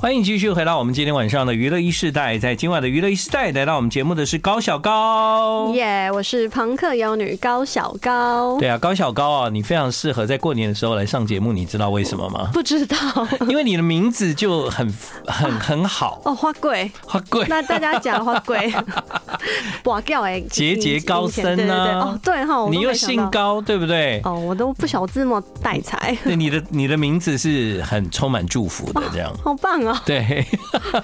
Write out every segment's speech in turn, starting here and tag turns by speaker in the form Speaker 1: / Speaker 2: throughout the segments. Speaker 1: 欢迎继续回到我们今天晚上的娱乐一世代，在今晚的娱乐一世代，来到我们节目的是高小高。
Speaker 2: 耶我是朋克妖女高小高。
Speaker 1: 哦对啊，高小高啊，你非常适合在过年的时候来上节目，你知道为什么 吗？
Speaker 2: 不 知道
Speaker 1: 因为你的名字就很很很好，
Speaker 2: 哦，花贵。
Speaker 1: 花贵。
Speaker 2: 那大家讲花 贵，哇掉哎，
Speaker 1: 节节高升啊
Speaker 2: 对对对，哦对哈，我都
Speaker 1: 你又
Speaker 2: 没想
Speaker 1: 姓
Speaker 2: 到，
Speaker 1: 高，对不对？
Speaker 2: 哦，我都不晓得这么带财，
Speaker 1: 对，你的你的名字是很充满祝福的，这样。
Speaker 2: 好棒哦，
Speaker 1: 对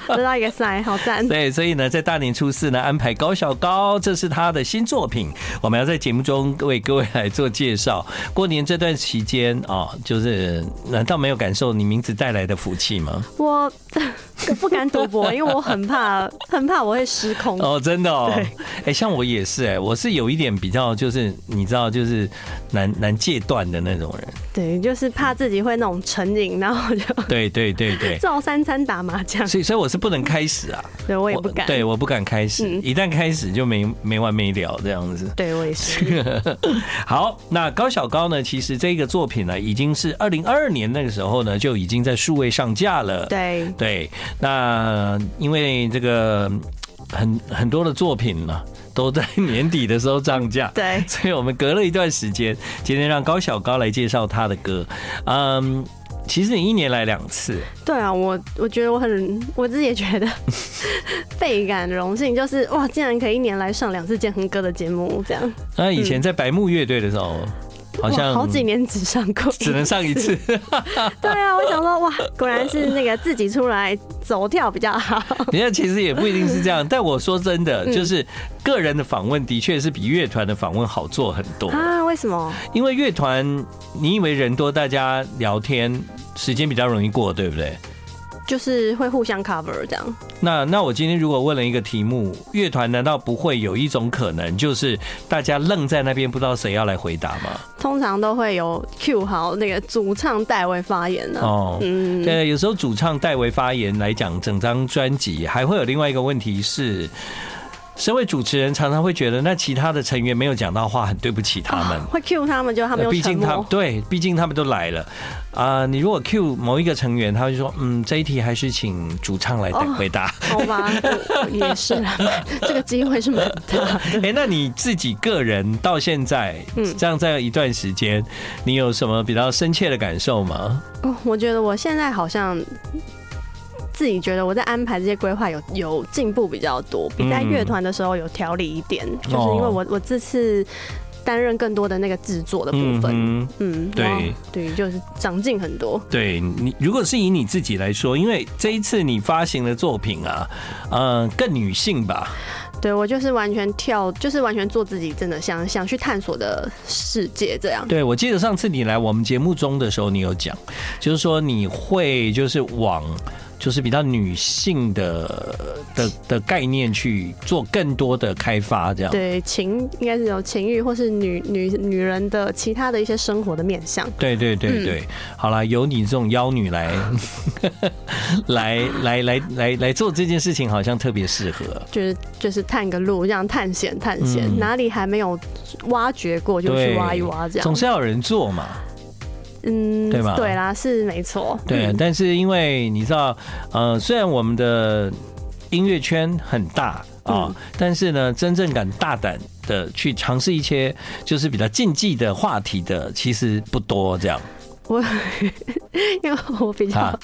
Speaker 2: 得到一个赛，好 赞。
Speaker 1: 对，所以呢，在大年初四呢，安排高小高，这是他的新作品，我们要在节目中为各位来做介绍。过年这段期间啊、就是难道没有感受你名字带来的福气吗？
Speaker 2: 我 我不敢赌博，因为我很怕，很怕我会失控。
Speaker 1: 哦，真的哦
Speaker 2: 对，
Speaker 1: 哎、像我也是哎、我是有一点比较，就是你知道，就是难难戒断的那种人。
Speaker 2: 对，就是怕自己会那种成瘾，然后就
Speaker 1: 对对对对，
Speaker 2: 照三餐打麻将。
Speaker 1: 所以所以我是不能开始啊，
Speaker 2: 对，我也不敢。
Speaker 1: 对，我不敢开始，
Speaker 2: 嗯
Speaker 1: 一旦开始就没没完没了这样子。
Speaker 2: 对我也是。
Speaker 1: 好，那高小高呢？其实这个作品呢，已经是二零二二年那个时候呢，就已经在数位上架了。
Speaker 2: 对，
Speaker 1: 对，那因为这个嗯很很多的作品呢，都在年底的时候上架。
Speaker 2: 对
Speaker 1: 所以我们隔了一段时间，今天让高小高来介绍他的歌。嗯，其实你一年来两次，
Speaker 2: 对啊，我我觉得我很，我自己 也觉得倍感荣幸，就是哇，竟然可以一年来上两次建恒哥的节目，这样
Speaker 1: 那以前在白木乐队的时候，好
Speaker 2: 嗯哇，
Speaker 1: 像
Speaker 2: 好几年只上过，
Speaker 1: 只能上一。次。
Speaker 2: 对啊，我想说哇，果然是那个自己出来走跳比较 好。
Speaker 1: 你看，其实也不一定是这样，但我说真的，
Speaker 2: 嗯
Speaker 1: 就是个人的访问的确是比乐团的访问好做很多，
Speaker 2: 啊，为什么？
Speaker 1: 因为乐团你以为人多，大家聊天时间比较容易过，对不对？
Speaker 2: 就是会互相 cover 这样。
Speaker 1: 那那我今天如果问了一个题目，乐团难道不会有一种可能，就是大家愣在那边不知道谁要来回答吗？
Speaker 2: 通常都会有 Q 好那个主唱代为发言呢、
Speaker 1: 哦，
Speaker 2: 嗯，
Speaker 1: 对，有时候主唱代为发言来讲整张专辑，还会有另外一个问题是，身为主持人常常会觉得，那其他的成员没有讲到话，很对不起他们。
Speaker 2: 啊
Speaker 1: 呃
Speaker 2: 会 Q 他们，就他们又
Speaker 1: 毕
Speaker 2: 沉
Speaker 1: 竟他
Speaker 2: 默。
Speaker 1: 对，毕竟他们都来了啊、你如果 Q 某一个成员，他会说，嗯，这一题还是请主唱来
Speaker 2: 哦
Speaker 1: 回 答。
Speaker 2: 好吧，嗯也是 啦，这个机会是蛮大的。
Speaker 1: 哎、那你自己个人到现在，
Speaker 2: 嗯
Speaker 1: 这样在一段时间，你有什么比较深切的感受吗？
Speaker 2: 哦我觉得我现在好像自己觉得我在安排这些规划有有进步比较多，比在乐团的时候有条理一
Speaker 1: 哦
Speaker 2: 点，就是因为我我这次担任更多的那个制作的部分，
Speaker 1: 哼
Speaker 2: 嗯，
Speaker 1: 对
Speaker 2: 哇对，就是长进很多。
Speaker 1: 对你，如果是以你自己来说，因为这一次你发行的作品啊，嗯、更女性吧，
Speaker 2: 对我就是完全跳，就是完全做自己，真的想想去探索的世界这样。
Speaker 1: 对，我记得上次你来我们节目中的时候，你有讲，就是说你会就是往就是比较女性的的的概念去做更多的开发，这样。
Speaker 2: 对情应该是有情欲，或是女女女人的其他的一些生活的面向。
Speaker 1: 对对
Speaker 2: 嗯
Speaker 1: 对对，好啦，由你这种妖女来 来来来来来做这件事情，好像特别适合。
Speaker 2: 就是就是探个路，这样探险探险，
Speaker 1: 嗯
Speaker 2: 哪里还没有挖掘过就去
Speaker 1: 对，
Speaker 2: 挖一挖，这
Speaker 1: 总
Speaker 2: 样。
Speaker 1: 是要有人做嘛。
Speaker 2: 嗯，
Speaker 1: 对吧
Speaker 2: 啦，是没错。
Speaker 1: 对，
Speaker 2: 嗯
Speaker 1: 但是因为你知道，呃，虽然我们的音乐圈很大啊、
Speaker 2: 嗯
Speaker 1: 但是呢，真正敢大胆的去尝试一些就是比较禁忌的话题的，其实不多。这样
Speaker 2: 我因为我比较、
Speaker 1: 啊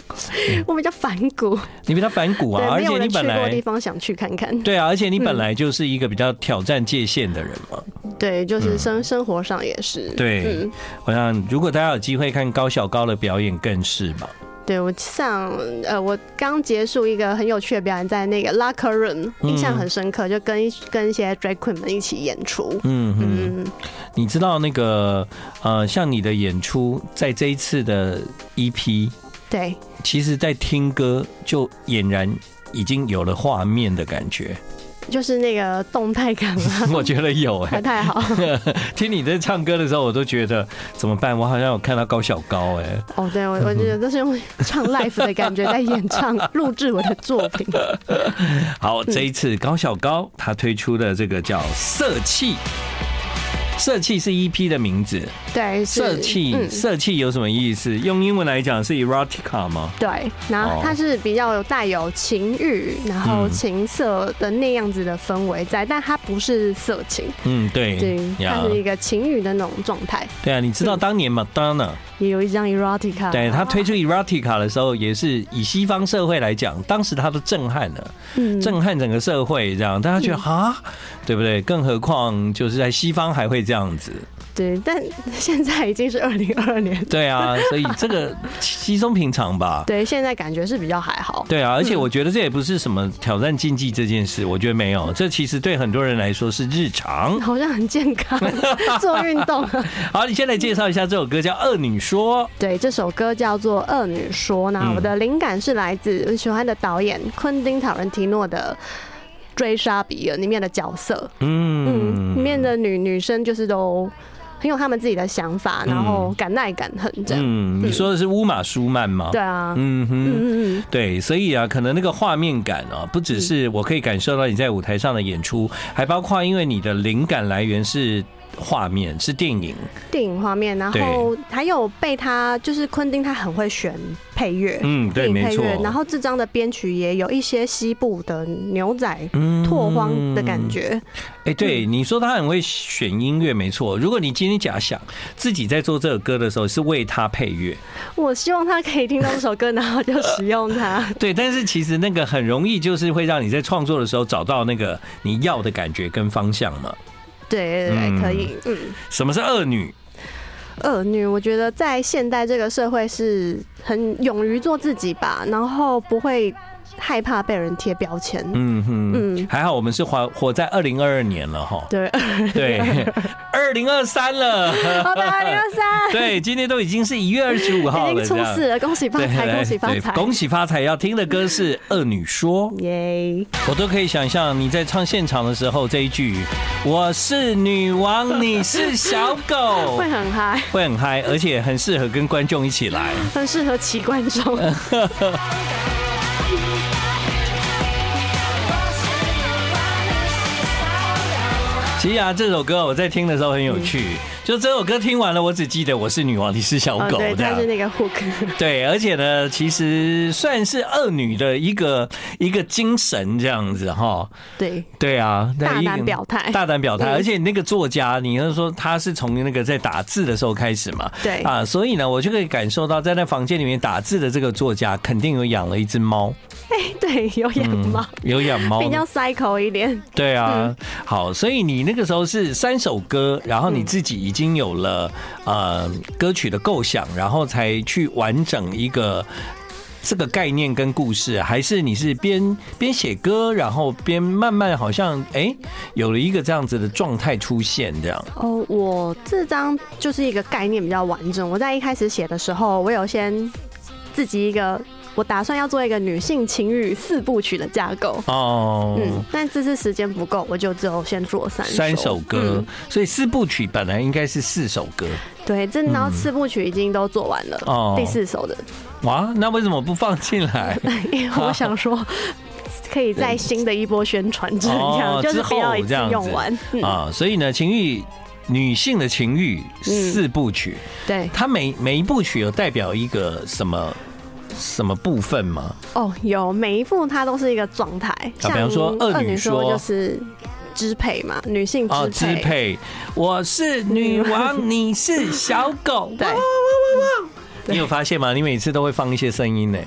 Speaker 2: 我比较反骨，
Speaker 1: 你比较反骨啊，
Speaker 2: 对，
Speaker 1: 而
Speaker 2: 没有
Speaker 1: 且你
Speaker 2: 人去
Speaker 1: 本
Speaker 2: 过嗯的地
Speaker 1: 来。
Speaker 2: 方想去看看。
Speaker 1: 对啊，而且你本来就是一个比较挑战界限的人嘛。
Speaker 2: 对，就是生、生活上也是。
Speaker 1: 嗯对
Speaker 2: 嗯，
Speaker 1: 我想，如果大家有机会看高小高的表演，更是嘛。
Speaker 2: 对我上呃，我刚结束一个很有趣的表演，在那个 Locker
Speaker 1: 嗯
Speaker 2: Room，印象很深刻，就跟一跟一些 Drag Queen 们一起演出。
Speaker 1: 嗯嗯。
Speaker 2: 嗯，
Speaker 1: 你知道那个呃，像你的演出，在这一次的 E EP，
Speaker 2: 对，
Speaker 1: 其实，在听歌就俨然已经有了画面的感 觉，
Speaker 2: 就是那个动 态感嘛，
Speaker 1: 我觉得 有哎、
Speaker 2: 还太好。
Speaker 1: 听你在唱歌的时候，我都觉得怎么办？我好像有看到高小高哎、
Speaker 2: 哦，对，我我觉得都 是用唱 l i f e 的感觉在演唱录制我的作品。嗯
Speaker 1: 好，这一次高小高他推出的这个叫《色气》，社气是 EP 的名字，
Speaker 2: 对，是嗯
Speaker 1: 社气，社气有什么意思？用英文来讲是 erotica 吗？
Speaker 2: 对，然后它是比较有带有情欲，然后
Speaker 1: 哦嗯
Speaker 2: 情色的那样子的氛围在，但它不是色情，
Speaker 1: 嗯，对，
Speaker 2: 对，
Speaker 1: 呀
Speaker 2: 它是一个情欲的那种状态。
Speaker 1: 对啊，你知道当年 Madonna
Speaker 2: 也有一张 erotica，
Speaker 1: 对他推出 erotica 的时候，也是以西方社会来讲，当时他都震撼了，
Speaker 2: 嗯
Speaker 1: 震撼整个社会这样，大家觉得啊，对不对？更何况就是在西方还会这样子，
Speaker 2: 对，但 现在已经是二零二二年，
Speaker 1: 对 啊，所以这个稀松平常吧。
Speaker 2: 对，现在感觉是比较还好，
Speaker 1: 对啊，而且我觉得这也不是什么挑战禁忌这件事，我觉得没有，这其实对很多人来说是日 常。
Speaker 2: 好像很健康，做运动啊。
Speaker 1: 好，你先来介绍一下这首歌，叫《恶女说》。
Speaker 2: 对，这首歌叫做《恶女说》，那我的灵感是来自
Speaker 1: 嗯
Speaker 2: 我喜欢的导演昆汀·塔伦提诺的。追杀比尔里面的角色，嗯，里
Speaker 1: 嗯
Speaker 2: 面的女女生就是都很有她们自己的想法，然后敢爱敢恨这样。
Speaker 1: 嗯，你说的是乌玛舒曼吗？
Speaker 2: 对，啊，
Speaker 1: 嗯哼。
Speaker 2: 嗯嗯
Speaker 1: 对，所以啊，可能那个画面感啊，不只是我可以感受到你在舞台上的演出，还包括因为你的灵感来源是画面，是电影。
Speaker 2: 嗯，电影画面，然后还有被他就是昆汀，他很会选配乐，
Speaker 1: 嗯，对，
Speaker 2: 电影
Speaker 1: 没
Speaker 2: 配
Speaker 1: 错。
Speaker 2: 乐，然后这张的编曲也有一些西部的牛仔
Speaker 1: 嗯
Speaker 2: 拓荒的感。觉。嗯
Speaker 1: 哎、对，你说他很会选音乐，没错。如果你今天假想自己在做这首歌的时候是为他配乐，
Speaker 2: 我希望他可以听到这首歌，然后就使用它。
Speaker 1: 对，但是其实那个很容易就是会让你在创作的时候找到那个你要的感觉跟方向嘛。
Speaker 2: 对对
Speaker 1: 嗯
Speaker 2: 对，可以。嗯，
Speaker 1: 什么是恶女？
Speaker 2: 恶女，我觉得在现代这个社会是很勇于做自己吧，然后不会害怕被人贴标签。
Speaker 1: 嗯哼，
Speaker 2: 嗯
Speaker 1: 还好我们是活活在二零二二年了哈。
Speaker 2: 对，
Speaker 1: 对，二零二三了。
Speaker 2: 好的，二零二 三，
Speaker 1: 对，今天都已经是一月二十五号
Speaker 2: 已
Speaker 1: 了，
Speaker 2: 经出
Speaker 1: 这样
Speaker 2: 事了，恭喜发财，
Speaker 1: 对
Speaker 2: 恭喜发
Speaker 1: 对
Speaker 2: 财，
Speaker 1: 恭喜发财！要听的歌是《恶女说》，
Speaker 2: 耶！
Speaker 1: 我都可以想象你在唱现场的时候这一句“我是女王，你是小狗
Speaker 2: 会很嗨，”，
Speaker 1: 会很嗨，而且很适合跟观众一起来。
Speaker 2: 很适合奇观众。
Speaker 1: 其实啊，这首歌我在听的时候很有趣，就这首歌听完了，我只记得我是女王，你是小
Speaker 2: 嗯哦，
Speaker 1: 狗
Speaker 2: 对，
Speaker 1: 这
Speaker 2: 他
Speaker 1: 样
Speaker 2: 是。那个 hook。
Speaker 1: 对，而且呢，其实算是恶女的一个一个精神这样子哈。
Speaker 2: 对，
Speaker 1: 对啊，那
Speaker 2: 大
Speaker 1: 一
Speaker 2: 胆
Speaker 1: 个
Speaker 2: 表态
Speaker 1: 大胆表态。
Speaker 2: 嗯
Speaker 1: 而且那个作家，你要说他是从那个在打字的时候开始嘛，
Speaker 2: 对
Speaker 1: 啊，所以呢，我就可以感受到，在那房间里面打字的这个作家，肯定有养了一只猫，
Speaker 2: 哎，对，有养
Speaker 1: 嗯
Speaker 2: 猫，
Speaker 1: 有养猫
Speaker 2: 比
Speaker 1: 的
Speaker 2: 较 psycho 一点。
Speaker 1: 对啊，
Speaker 2: 嗯
Speaker 1: 好，所以你那个时候是三首歌，然后你自己已经有了、呃歌曲的构想，然后才去完整一个这个概念跟故事，还是你是边边写歌，然后边慢慢好像哎、有了一个这样子的状态出现这样？
Speaker 2: 哦，我这张就是一个概念比较完整。我在一开始写的时候，我有先自己一个，我打算要做一个女性情欲四部曲的架构。
Speaker 1: 哦。
Speaker 2: 嗯，但这次时间不够，我就只有先做三首
Speaker 1: 三首歌，
Speaker 2: 嗯
Speaker 1: 所以四部曲本来应该是四首歌
Speaker 2: 对，这然后四部曲已经都做完了，
Speaker 1: 哦
Speaker 2: 第四首的，
Speaker 1: 哇，那为什么不放进来？
Speaker 2: 因为我想说，可以在新的一波宣传 这样，
Speaker 1: 哦
Speaker 2: 就
Speaker 1: 之
Speaker 2: 是不
Speaker 1: 后
Speaker 2: 要一
Speaker 1: 这
Speaker 2: 次
Speaker 1: 样子
Speaker 2: 用完。嗯，
Speaker 1: 啊，所以呢，情欲女性的情欲
Speaker 2: 嗯
Speaker 1: 四部曲，
Speaker 2: 对，
Speaker 1: 它每每一部曲有代表一个什么什么部分吗？
Speaker 2: 哦，有每一副它都是一个状态，
Speaker 1: 啊比方说
Speaker 2: 像
Speaker 1: 恶
Speaker 2: 恶
Speaker 1: 女
Speaker 2: 女
Speaker 1: 说
Speaker 2: 就是支配嘛，女性
Speaker 1: 哦，支配，我是女王，你是小狗，
Speaker 2: 嗯 对嗯
Speaker 1: 哇哇哇哇哇你有发现吗？你每次都会放一些声音呢，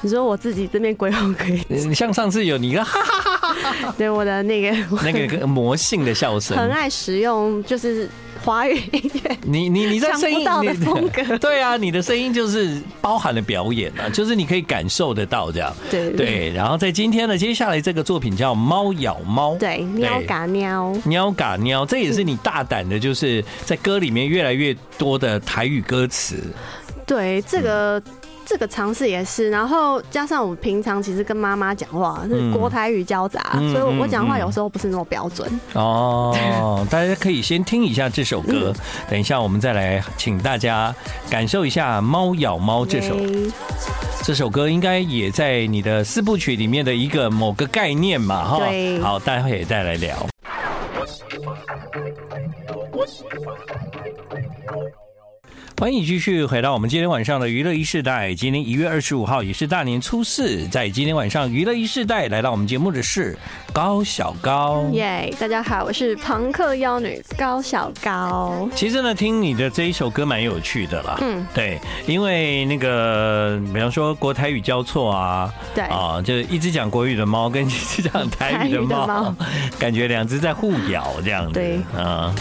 Speaker 2: 你说我自己这边鬼吼鬼，
Speaker 1: 你像上次有你一个 哈哈
Speaker 2: 对我的那个，我
Speaker 1: 那个魔性的笑声，
Speaker 2: 很爱使用就是华语音乐，
Speaker 1: 你你你在声音
Speaker 2: 想不到的
Speaker 1: 你
Speaker 2: 风 格
Speaker 1: 对啊，你的声音就是包含了表演啊，就是你可以感受得到这样。
Speaker 2: 对
Speaker 1: 对，然后在今天呢，接下来这个作品叫《猫咬猫》，
Speaker 2: 对，喵嘎喵，
Speaker 1: 喵嘎喵，这也是你大胆的，就是在歌里面越来越多的台语歌 词。
Speaker 2: 对这个。这个尝试也是，然后加上我平常其实跟妈妈讲话是国台语交杂，
Speaker 1: 嗯
Speaker 2: 所以我我
Speaker 1: 嗯
Speaker 2: 讲话
Speaker 1: 嗯
Speaker 2: 有时候不是那么标准。
Speaker 1: 哦，大家可以先听一下这首歌，
Speaker 2: 嗯
Speaker 1: 等一下我们再来请大家感受一下《猫咬猫》这首
Speaker 2: 对
Speaker 1: 这首歌应该也在你的四部曲里面的一个某个概念嘛，哈
Speaker 2: 对
Speaker 1: 好，待会也再来聊。欢迎继续回到我们今天晚上的娱乐一世代。今天一月二十五号也是大年初四，在今天晚上娱乐一世代来到我们节目的是高小高。
Speaker 2: 耶大家好，我是朋克妖女高小高。
Speaker 1: 其实呢，听你的这一首歌蛮有趣的啦。嗯，对，因为那个，比方说国台语交错啊，
Speaker 2: 对
Speaker 1: 啊，就是一只讲国语的猫跟一只讲台语的猫，
Speaker 2: 台语的猫
Speaker 1: 感觉两只在互咬这样子。
Speaker 2: 对
Speaker 1: 啊，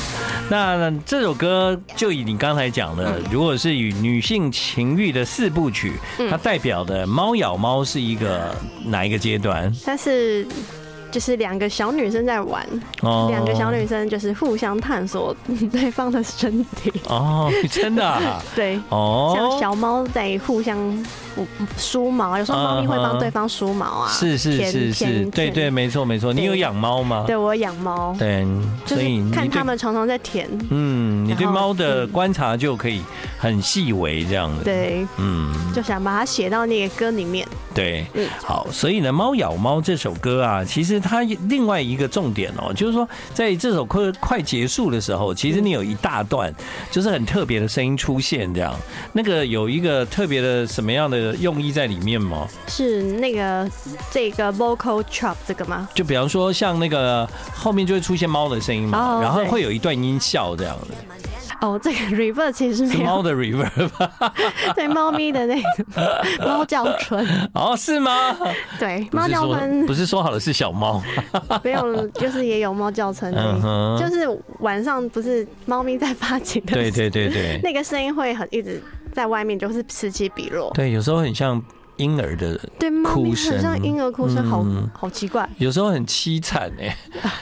Speaker 1: 那这首歌就以你刚才讲的，
Speaker 2: 嗯
Speaker 1: 如果是以女性情欲的四部曲，它代表的猫咬猫是一个哪一个阶段？
Speaker 2: 但是就是两个小女生在玩，
Speaker 1: 哦
Speaker 2: 两个小女生就是互相探索对方的身体，
Speaker 1: 哦， 真的、 啊。
Speaker 2: 对。
Speaker 1: 哦，
Speaker 2: 像小猫在互相嗯梳毛，有时候猫咪会
Speaker 1: 嗯
Speaker 2: 帮
Speaker 1: 哼
Speaker 2: 对方梳毛啊。
Speaker 1: 是是
Speaker 2: 舔
Speaker 1: 是是，
Speaker 2: 舔
Speaker 1: 对
Speaker 2: 舔
Speaker 1: 对，没错没错。你
Speaker 2: 对
Speaker 1: 有养猫吗？
Speaker 2: 对我养猫，
Speaker 1: 对，
Speaker 2: 就
Speaker 1: 所以
Speaker 2: 是
Speaker 1: 你
Speaker 2: 看
Speaker 1: 对
Speaker 2: 它，们常常在舔。
Speaker 1: 嗯，你
Speaker 2: 然
Speaker 1: 对
Speaker 2: 后
Speaker 1: 猫的观察就可以很细微这样子。，
Speaker 2: 对，
Speaker 1: 嗯，
Speaker 2: 就想把它写到那个歌里面。
Speaker 1: 对。
Speaker 2: 嗯，
Speaker 1: 好，所以呢，《猫咬猫》这首歌啊，其实它另外一个重点哦，就是说，在这首歌快结束的时候，其实你有一大段就是很特别的声音出现，这样，那个有一个特别的什么样的用意在里面吗？
Speaker 2: 是那个这个 vocal chop 这个吗？
Speaker 1: 就比方说，像那个后面就会出现猫的声音嘛，
Speaker 2: 哦
Speaker 1: 然后
Speaker 2: 对
Speaker 1: 会有一段音效这样子，
Speaker 2: 哦，这个 reverb 其实
Speaker 1: 是
Speaker 2: 没
Speaker 1: 猫
Speaker 2: 有，
Speaker 1: 的 reverb 吧
Speaker 2: 对猫咪的那个猫叫春，
Speaker 1: 哦，是吗？
Speaker 2: 对
Speaker 1: 不
Speaker 2: 猫
Speaker 1: 是
Speaker 2: 叫
Speaker 1: 说
Speaker 2: 春
Speaker 1: 不是说好了是小 猫吗，
Speaker 2: 没有，就是也有猫叫春
Speaker 1: 嗯
Speaker 2: 的，
Speaker 1: 哼，
Speaker 2: 就是晚上不是猫咪在发情的，
Speaker 1: 对，对对对
Speaker 2: 那个声音会很一直在外面，就是此起彼落。
Speaker 1: 对，有时候很像婴儿的
Speaker 2: 对，猫咪
Speaker 1: 哭声
Speaker 2: 很像婴儿哭声，好
Speaker 1: 嗯
Speaker 2: 好奇怪，
Speaker 1: 有时候很凄惨 哎，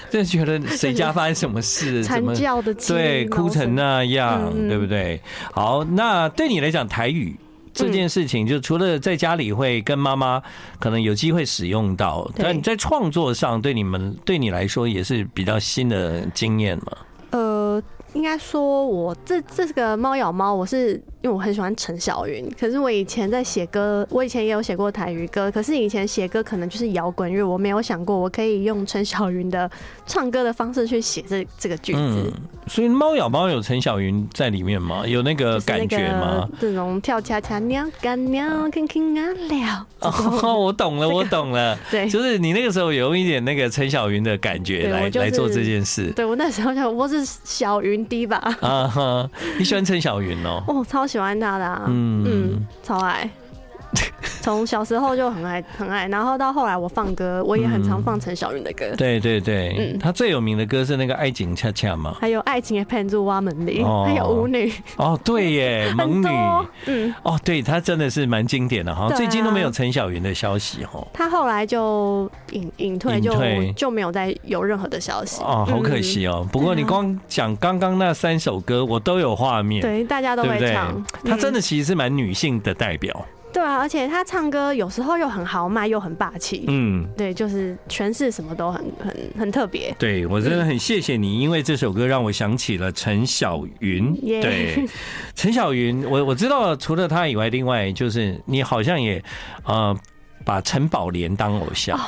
Speaker 1: 真的觉得谁家发生什么事，怎
Speaker 2: 惨
Speaker 1: 么
Speaker 2: 叫的凄
Speaker 1: 对
Speaker 2: 厉
Speaker 1: 哭
Speaker 2: 猫
Speaker 1: 成
Speaker 2: 声
Speaker 1: 那样，
Speaker 2: 嗯嗯
Speaker 1: 对不对？好，那对你来讲台语。这件事情就除了在家里会跟妈妈可能有机会使用到，
Speaker 2: 对
Speaker 1: 但你在创作上对你们对你来说也是比较新的经验嘛？
Speaker 2: 呃，应该说我这这个猫咬猫，我是因为我很喜欢陈小云，可是我以前在写歌，我以前也有写过台语歌，可是以前写歌可能就是摇滚乐，我没有想过我可以用陈小云的唱歌的方式去写这这个句子，
Speaker 1: 嗯，所以猫咬猫有陈小云在里面吗？有那个
Speaker 2: 就是那
Speaker 1: 感
Speaker 2: 个
Speaker 1: 觉 吗？
Speaker 2: 这种跳恰恰鸟干鸟跟跟啊了，
Speaker 1: 哦， 我懂了，我懂 了，
Speaker 2: 对。
Speaker 1: 就是你那个时候有一点那个陈小云的感觉
Speaker 2: 哎对
Speaker 1: 来
Speaker 2: 我就是
Speaker 1: 来做这件事。
Speaker 2: 对，我那时候想，我是小云滴吧，
Speaker 1: 啊哈，你喜欢陈小云哦？
Speaker 2: 我、超喜欢他的、啊，
Speaker 1: 嗯
Speaker 2: 嗯，超爱。从小时候就很爱很爱，然后到后来我放歌，我也很常放陈小云的歌，
Speaker 1: 对对对，
Speaker 2: 嗯
Speaker 1: 他最有名的歌是那个《爱情恰恰》嘛。
Speaker 2: 还有《爱情的骗住挖门铃》
Speaker 1: 哦
Speaker 2: 还有《舞女》
Speaker 1: 哦，对耶，萌
Speaker 2: 很
Speaker 1: 女
Speaker 2: 多。。嗯，
Speaker 1: 哦，对，他真的是蛮经典的哈。
Speaker 2: 对啊
Speaker 1: 最近都没有陈小云的消息哦。
Speaker 2: 他后来就隐隐退
Speaker 1: 隐
Speaker 2: 就，
Speaker 1: 退
Speaker 2: 就没有再有任何的消息。
Speaker 1: 哦，好可惜哦。不过你
Speaker 2: 对啊
Speaker 1: 光讲刚刚那三首歌，我都有画面，
Speaker 2: 对，大家都
Speaker 1: 对不
Speaker 2: 会
Speaker 1: 对
Speaker 2: 唱。？嗯
Speaker 1: 他真的其实是蛮女性的代表。
Speaker 2: 对啊，而且他唱歌有时候又很豪迈，又很霸气。
Speaker 1: 嗯，
Speaker 2: 对，就是诠释什么都很很很特别。
Speaker 1: 对，我真的很谢谢你，因为这首歌让我想起了陈小云。
Speaker 2: 耶
Speaker 1: 对，陈小云，我我知道，除了她以外，另外就是你好像也呃把陈宝莲当偶
Speaker 2: 哦
Speaker 1: 像。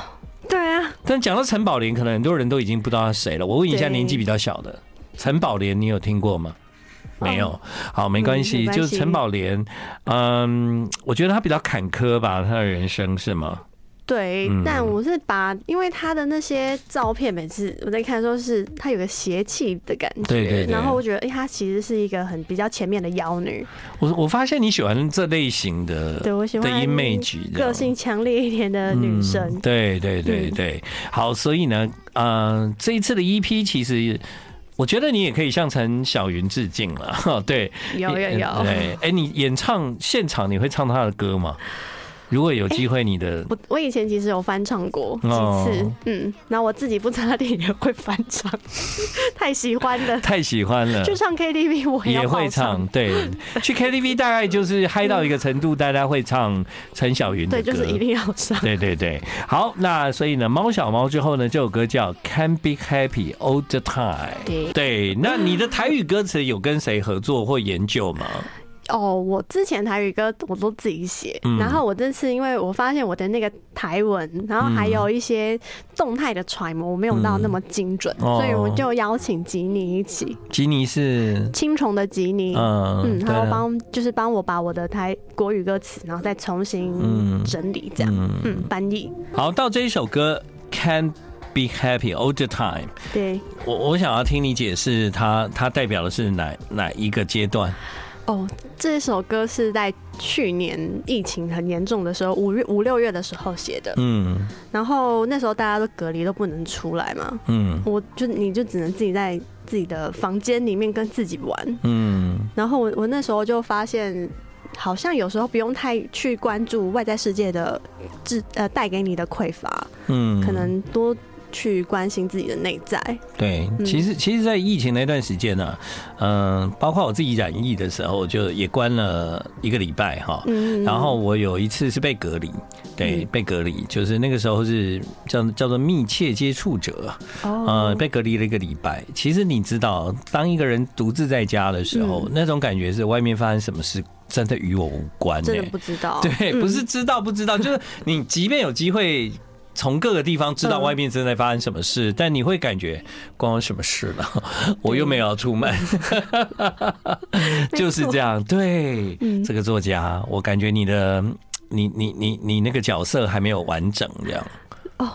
Speaker 2: 对啊，
Speaker 1: 但讲到陈宝莲，可能很多人都已经不知道她谁了。我问一下
Speaker 2: 对
Speaker 1: 年纪比较小的，陈宝莲，你有听过吗？没有，好，没关系。
Speaker 2: 哦嗯没关系
Speaker 1: 就是陈宝莲，嗯，我觉得她比较坎坷吧，她的人生是吗？
Speaker 2: 对，
Speaker 1: 嗯
Speaker 2: 但我是把，因为他的那些照片，每次我在看的时候是他有个邪气的感觉，
Speaker 1: 对对对
Speaker 2: 然后我觉得，哎、她其实是一个很比较前面的妖女，
Speaker 1: 我我发现你喜欢这类型的
Speaker 2: 对我喜
Speaker 1: 的
Speaker 2: 欢
Speaker 1: image，这样
Speaker 2: 个性强烈一点的女生，
Speaker 1: 嗯对对对
Speaker 2: 嗯
Speaker 1: 对，好，所以呢，呃，这一次的 EP 其实。我觉得你也可以向陈小云致敬了， 哈对，
Speaker 2: 有有有，
Speaker 1: 对，哎，你演唱现场你会唱她的歌吗？如果有机会，你的
Speaker 2: 我我以前其实有翻唱过几次，
Speaker 1: 哦
Speaker 2: 嗯，然后我自己不差点也会翻唱， 太喜欢了，
Speaker 1: 太喜欢了
Speaker 2: 就，唱 KTV 我要
Speaker 1: 呃也会
Speaker 2: 爆
Speaker 1: 唱，， 对，去 KTV 大概就是嗨到一个程度，大家会唱陈小云的
Speaker 2: 对，
Speaker 1: 歌，
Speaker 2: 就是一定要上。
Speaker 1: 对对对，好，那所以呢，猫小猫之后呢，这首歌叫《Can Be Happy All the Time》。
Speaker 2: 对
Speaker 1: 对，那你的台语歌词有跟谁合作或研究吗？
Speaker 2: 哦，我之前台语歌我都自己写，
Speaker 1: 嗯
Speaker 2: 然后我这次因为我发现我的那个台文，然后还有一些动态的揣摩，我没有到那么精准，
Speaker 1: 嗯嗯哦
Speaker 2: 所以我就邀请吉尼一起，
Speaker 1: 吉尼是，
Speaker 2: 青虫的吉尼，
Speaker 1: 嗯
Speaker 2: 嗯，
Speaker 1: 对
Speaker 2: 他
Speaker 1: 啊
Speaker 2: 要帮就是帮我把我的台国语歌词，然后再重新
Speaker 1: 嗯
Speaker 2: 整理这样，
Speaker 1: 嗯
Speaker 2: 嗯翻译，
Speaker 1: 好，到这一首歌《Can Be Happy All the Time》，
Speaker 2: 对，
Speaker 1: 我我想要听你解释它它代表的是哪哪一个阶段？
Speaker 2: 哦，这首歌是在去年疫情很严重的时候，五月五六月的时候写的，
Speaker 1: 嗯
Speaker 2: 然后那时候大家都隔离都不能出来嘛，
Speaker 1: 嗯
Speaker 2: 我就你就只能自己在自己的房间里面跟自己玩，
Speaker 1: 嗯
Speaker 2: 然后我我那时候就发现。好像有时候不用太去关注外在世界的制呃带给你的匮乏，
Speaker 1: 嗯，
Speaker 2: 可能多去关心自己的内在。
Speaker 1: 对，
Speaker 2: 嗯
Speaker 1: 其实其实，在疫情那段时间呢、嗯、包括我自己染疫的时候，就也关了一个礼拜哈。
Speaker 2: 嗯，
Speaker 1: 然后我有一次是被隔离，对，
Speaker 2: 嗯
Speaker 1: 被隔离，就是那个时候是叫叫做密切接触者，呃，
Speaker 2: 哦，
Speaker 1: 被隔离了一个礼拜。其实你知道，当一个人独自在家的时候，
Speaker 2: 嗯
Speaker 1: 那种感觉是外面发生什么事，真的与我无关、欸，
Speaker 2: 真的不知道。
Speaker 1: 对，
Speaker 2: 嗯
Speaker 1: 不是知道不知道，就是你即便有机会从各个地方知道
Speaker 2: 嗯
Speaker 1: 外面正在发生什么事，但你会感觉关我什么事 了？我又没有要出门，就是这样。对，
Speaker 2: 嗯
Speaker 1: 这个作家，我感觉你的。你你你你那个角色还没有完整，这 样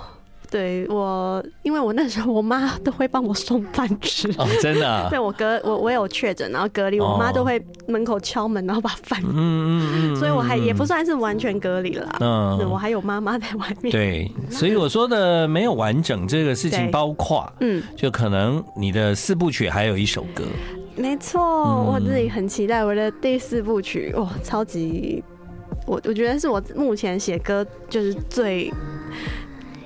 Speaker 2: 对我，因为我那时候我妈都会帮我送饭吃。
Speaker 1: 哦，真的、啊，
Speaker 2: 对我隔我我有确诊，然后隔离，
Speaker 1: 哦
Speaker 2: 我妈都会门口敲门，然后把饭，
Speaker 1: 嗯嗯嗯，
Speaker 2: 所以我还也不
Speaker 1: 是，
Speaker 2: 算是完全隔离啦。
Speaker 1: 嗯
Speaker 2: 对，我还有妈妈在外面。，
Speaker 1: 对，所以我说的没有完整这个事情，
Speaker 2: 对
Speaker 1: 包括
Speaker 2: 嗯，
Speaker 1: 就可能你的四部曲还有一首歌，
Speaker 2: 没错，我自己很期待我的第四部曲，哇，超级，我我觉得是我目前写歌就是最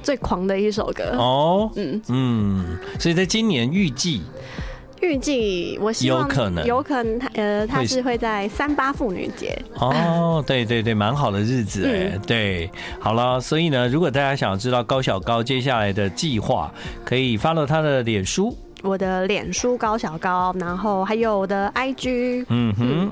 Speaker 2: 最狂的一首 歌。
Speaker 1: 哦，
Speaker 2: 嗯，
Speaker 1: 嗯，所以在今年预计
Speaker 2: 预计我希望
Speaker 1: 有可能
Speaker 2: 有可能它呃，它
Speaker 1: 会
Speaker 2: 是会在三八妇女节。
Speaker 1: 哦，对对对，蛮好的日子哎、对，好了，所以呢，如果大家想知道高小高接下来的计划，可以 follow 他的脸书，
Speaker 2: 我的脸书高小高，然后还有我的 IG
Speaker 1: 嗯哼。